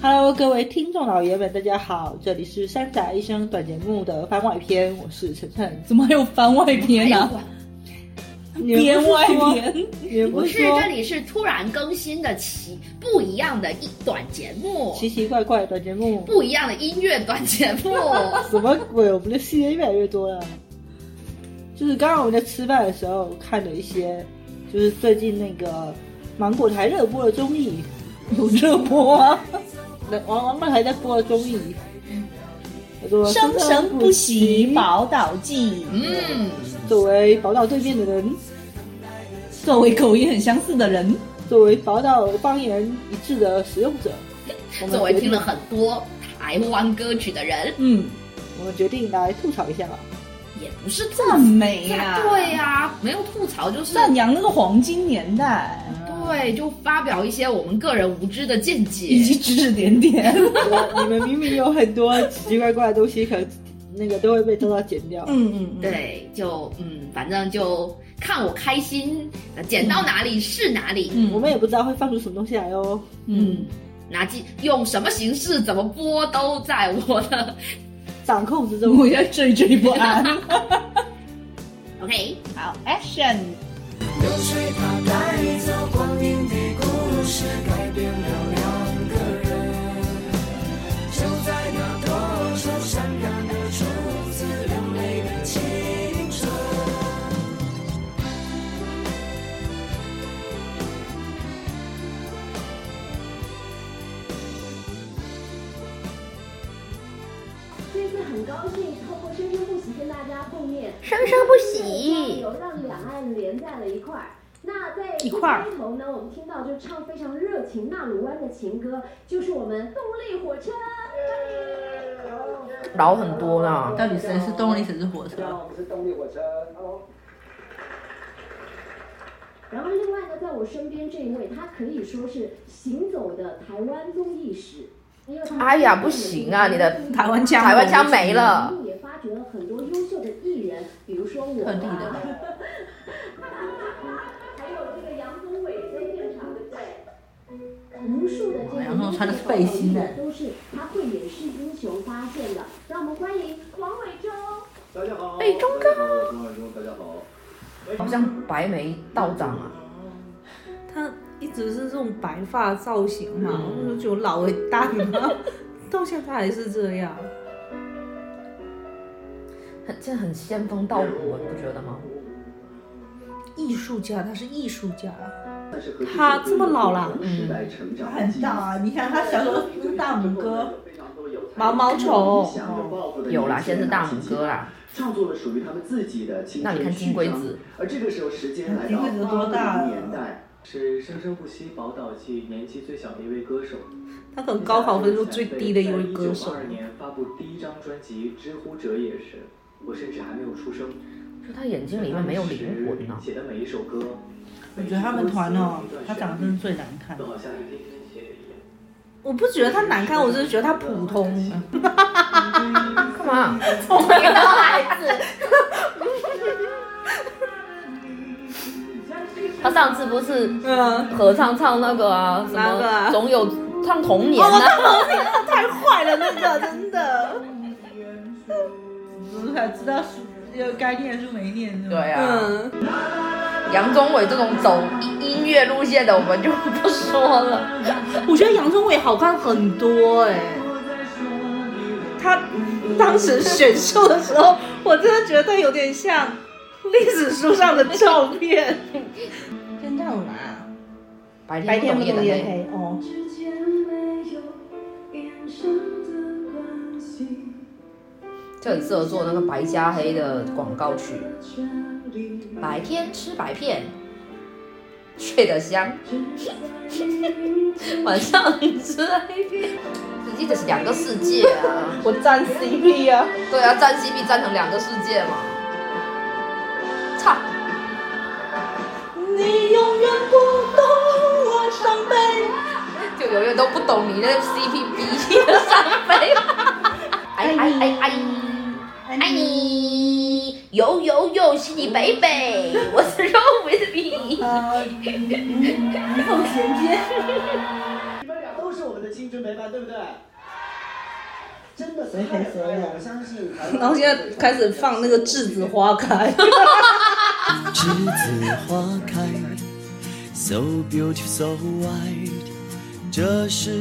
Hello，各位听众老爷们，大家好，这里是山仔医生短节目的番外篇，我是晨晨。怎么还有番外篇哎呢、我你们编不外是说，篇，你们不不是，说这里是突然更新的奇不一样的一短节目，奇奇怪怪的短节目？不一样的音乐短节目。什么鬼？我们的系列越来越多了。就是刚刚我们在吃饭的时候看了一些，就是最近那个芒果台热播的综艺，有热播吗？那王王八台在播的综艺，叫做《生生不息，嘛。宝岛记。嗯，作为宝岛对面的人，作为口音很相似的人，作为宝岛方言一致的使用者，我们作为决听定了很多台湾歌曲的人，嗯，我们决定来吐槽一下吧。也不是这赞么美啊呀、对呀、没有吐槽就是赞扬那个黄金年代对，就发表一些我们个人无知的见以解。及指指点点。我你们明明有很多奇奇怪怪的东西，可那个都会被遭到剪掉。嗯嗯，嗯，对，就嗯，反正就看我开心，剪到哪里是哪里。嗯我们也不知道会放出什么东西来哦。嗯，拿进用什么形式怎么播都在我的 掌控之嗯我中。要惴惴不安。 OK。 好，Action！流水它带走光阴的故事，改变了两个人。就在那多愁善感的初次流泪的青春。这次很高兴透过生生不息跟大家共面，生生不息，有让两岸连在了一块儿。那在一一块儿开头呢，我们听到就唱非常热情纳鲁湾的情歌，就是我们动力火车。老很多啦。到底谁是动力，谁是火车？我们是动力火车。然后另外呢，在我身边这一位，他可以说是行走的台湾综艺史。因为他哎呀不行啊你的台湾腔台湾腔没了，也发掘了很多优秀的艺人，比如说我、啊，特地的 还有这个杨宗纬在现场，对不对？无数的这哦个杨宗纬穿的是背心的都是他慧眼识英雄发现的。让我们欢迎黄伟洲。大家好。哎中哥大家好中文中大家好。好像白眉道长啊，他一直是这种白发造型嘛，嗯我就觉得老一代嘛， 到现在还是这样。很这很仙风道骨，啊你不觉得吗？艺术家，他是艺术家，他这么老了嗯，他很大啊！你看他小时候是大拇哥，哦毛毛虫有嗯啦，先是大拇哥。啦，创作了属于他们自己的青那你看春金序龟章。子，而这个时候，时间来金到龟子多大啊80了年代，是生生不息宝岛系年纪最小的一位歌手。他可能高考分数最低的一位歌手二。年发布第一张专辑《知乎者也》时，我甚至还没有出生。就他眼睛里面没有灵魂啊呐、写的每一首歌，我觉得他们团哦，他长得真是最难看都的。好像一天天写的一样。我不觉得他难看，我是觉得他普通。干嘛？他上次不是嗯，合唱唱那个啊，什哪个啊哦么总有唱童年啊，太坏了，那个真的。我才知道书要该念的书没念是吧对啊，嗯，杨宗纬这种走音乐路线的，我们就不说了。我觉得杨宗纬好看很多哎、他当时选秀的时候，我真的觉得他有点像历史书上的照片。现在我拿白白天天不不懂懂夜夜的黑，黑哦。之间没有延伸的关系，就很适合做那个白加黑的广告曲。权利白天吃白片，睡得香；晚上吃黑片，实际这是两个世界啊！我站 CP 啊！对啊，站 CP 站成两个世界嘛。操！你永远不懂我伤悲。就永远都不懂你那 CPB 的伤 悲。哎哎哎哎！爱你，呦呦呦，是你北北，我是肉 with 嗯 me。你们俩都是我们的青春陪伴，对不对？真的谁陪谁呀我相信台湾。然后现在开始放那个栀子花 开，栀子花开，so beautiful so white。这是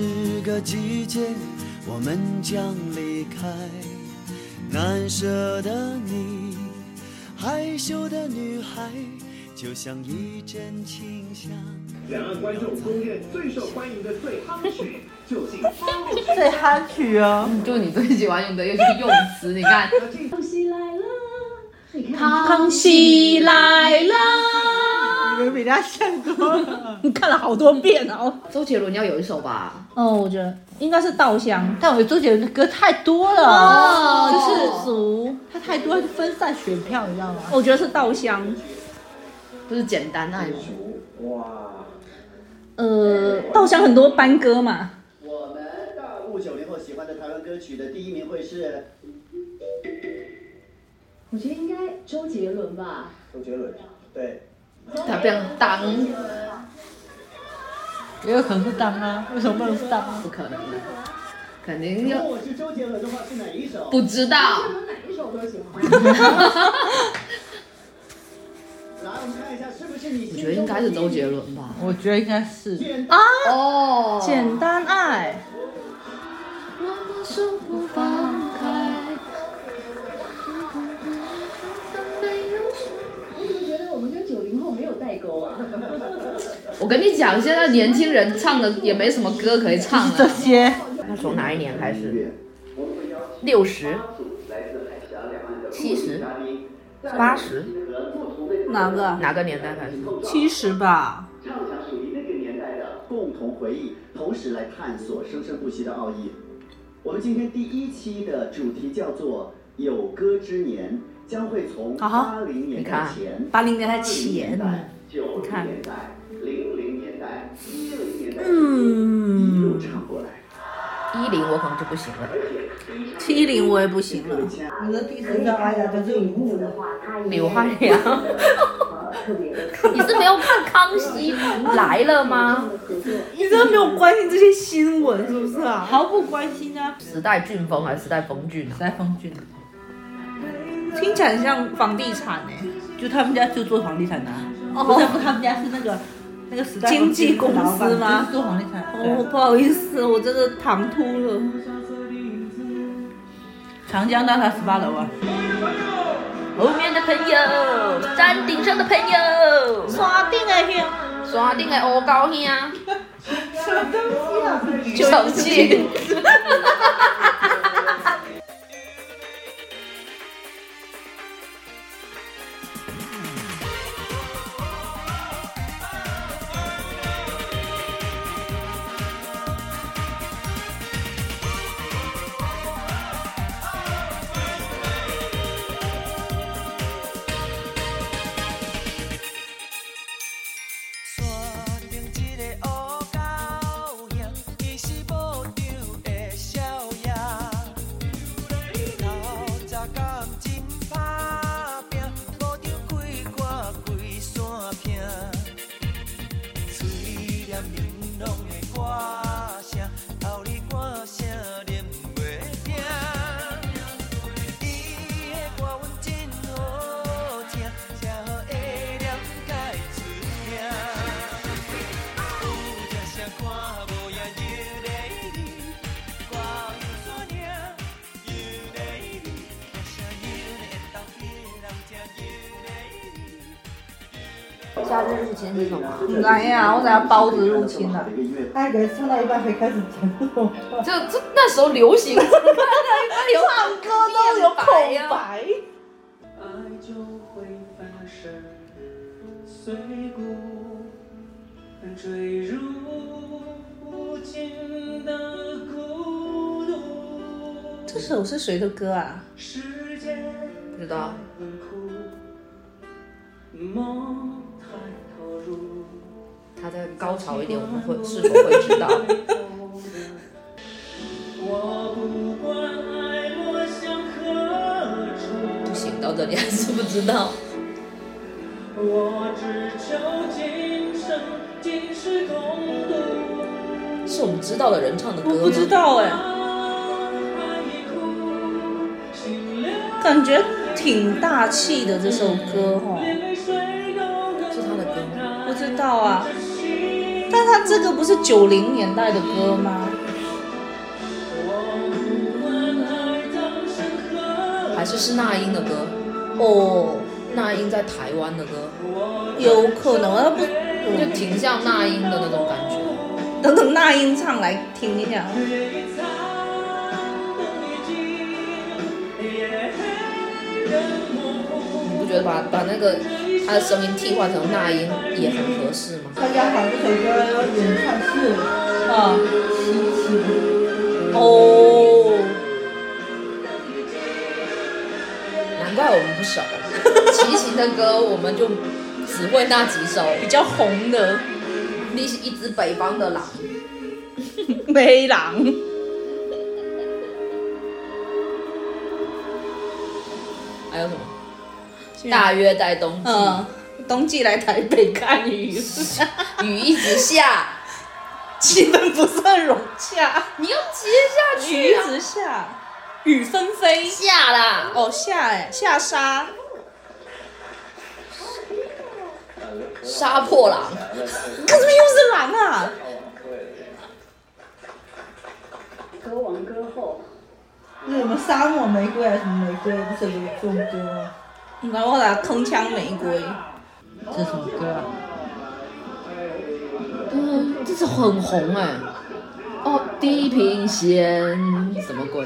个季节，我们将离开。难舍的你，害羞的女孩，就像一阵清香。两岸观众公认最受欢迎的最夯曲，就近最憨曲啊！就你最喜欢用的，又是用词，你看，康熙来了，你看康熙来了。啊你们比他像多了。 你看了好多遍哦。 周杰伦要有一首吧？哦，我觉得应该是稻香。但我觉得周杰伦的歌太多了，就是足，哦他太多分散选票，你知道吗？我觉得是稻香。不是简单啊爱吗？哇！呃，稻香很多班歌嘛，我们大陆九零后喜欢的台湾歌曲的第一名会是我觉得应该周杰伦吧。周杰伦，对，他不想当，也有可能是当啊，为什么不能是当啊？不可能的，肯定要我是周杰伦的话是哪一首？不知道。哪一首都喜欢。来，我们看一下是不是你我觉得应该是周杰伦吧。我觉得应该是啊，哦，简单爱。我怎么觉得我们跟九零后没有代沟啊？我跟你讲，现在年轻人唱的也没什么歌可以唱这了。些。那从哪一年开始？六十、七十、八十，哪个？哪个年代开始？七十吧。畅想属于那个年代的共同回忆，同时来探索生生不息的奥义。我们今天第一期的主题叫做“有歌之年”，将会从啊哈八零年你代看前、 80年代80前年代、九你零看年代、零零年代、一零年代，一路嗯，唱过来。一零我可能就不行了。七零我也不行了。你的第三张哎呀，这是荧幕的话，刘汉良，你是没有看《康熙来了》吗？你真的没有关心这些新闻是不是啊？毫不关心啊。时代俊峰还是时代峰峻啊？来封俊，听起来很像房地产哎、就他们家就做房地产的啊，不是哦，不是他们家是那个那个时代经纪房地产的老板公司吗就是做房地产，哦，对不好意思，我真的唐突了。长江大厦十八楼啊。后面的朋友，山顶上的朋友，刷定的片，山顶的乌高兄，啊手啊机。山顶一个乌狗熊，伊是无张的少爷。伊头早敢真打拼，无张开我规山拼。嘴念玲珑的歌声，后日我声念袂停。伊的歌阮真好听，才好会念解出名。有听声看无影尤丽丽，歌又怎领？尤丽丽，听声尤丽会当比人听尤丽丽。夏日入侵是什么？不知哎呀，我等下包子入侵了。他可能唱到一半才开始讲这种话，就就那时候流行，唱歌都有口白，爱就会翻身，碎骨坠入无尽的孤独。这首是谁的歌啊？时间不知道。很苦，梦太投入。他在高潮一点，我们会是否会知道？我不管爱落向何不处，行，到这里还是不知道。我只求今生今世共度。是我们知道的人唱的歌我吗？不知道哎、感觉挺大气的这首歌哈、是他的歌吗？不知道啊。但他这个不是九零年代的歌吗？还是是那英的歌？哦，那英在台湾的歌，有可能，啊不，就挺像那英的那种感觉。等等那英唱来听一下。你不觉得把把那个他的声音替换成那英也很合适吗？大家把这首歌演唱呃是啊，齐齐哦，难怪我们不熟，齐秦的歌我们就只会那几首。比较红的你是一只北方的 狼，黑狼。还有什么？大约在冬季，呃嗯，冬季来台北 看雨，雨一直下，气氛不算融洽，你要接下雨去一啊！直下，雨纷飞。下啦，哦，下哎、下沙，杀破狼，看怎么又是狼啊？歌王歌后，那什么沙漠玫瑰还是什么玫瑰，不是有这种歌吗？然后打铿锵玫瑰，这首歌啊，嗯，这首很红哎、哦，地平线什么鬼？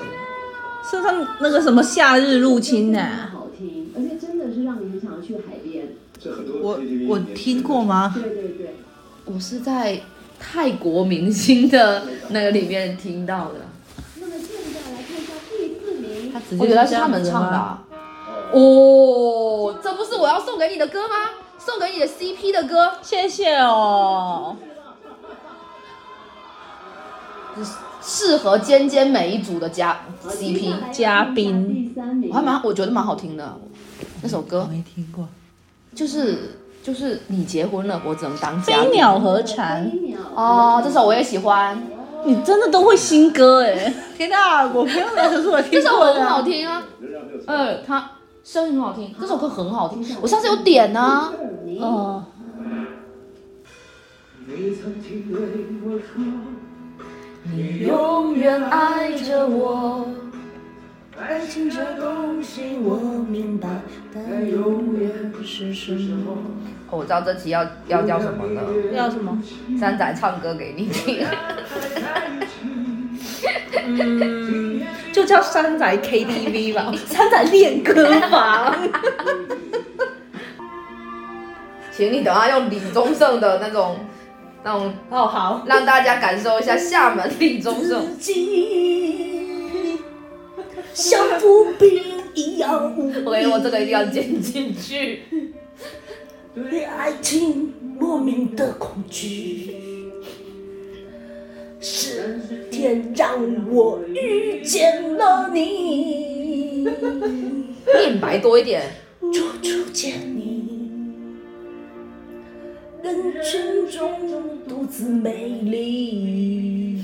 是他们那个什么夏日入侵呢、好听，而且真的是让你很想去海边。我我听过吗？对对对，我是在泰国明星的那个里面听到的，那么现在来看一下第四名，他直接我觉就得这是他样们子唱的吗啊、哦，这不是我要送给你的歌吗？送给你的 CP 的歌，谢谢哦，适合尖尖每一组的加接 CP 下。来看嘉一下宾第三名我还蛮，我觉得蛮好听的，那首歌没听过。就是就是你结婚了，我只能当嘉飞宾。鸟和蝉，飞鸟哦，这首我也喜欢，你真的都会新歌哎， 天哪，我朋友来的时候我这听首过很好呀。听啊。嗯，它声音很好听，这首歌很好听，我上次有点啊。第二名哦，你永远爱着我，爱情这东西我明白，但永远是什么？哦我知道这期要要叫什么了。叫什么？三仔唱歌给你听，嗯，就叫山仔 KTV 吧， 山仔练歌房。请你等下用李宗盛的那种那种，哦，好，让大家感受一下厦门李宗盛。 像浮冰一样无我跟你说，这个一定要剪进去。对爱情莫名的恐惧，是天让我遇见了你，念白多一点。处处见你，人群中独自美丽。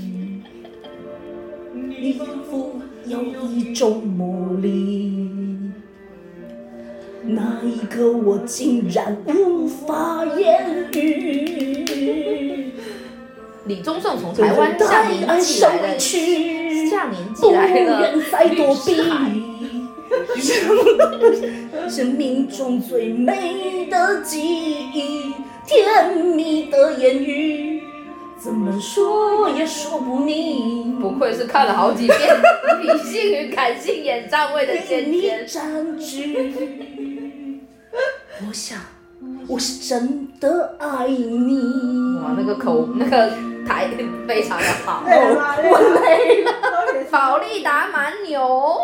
你仿佛有一种魔力，那一刻我竟然无法言语。李宗盛从台湾下年纪来的，下年纪不来愿的，再躲避律师海。生命中最美的记忆，甜蜜的言语，怎么说也说不腻。不愧是看了好 几遍《理性与感性演唱会》的被尖你尖。占据。我想，我是真的爱你。哇，那个口那个台哦非常的好。累了，累了，保利达蛮牛，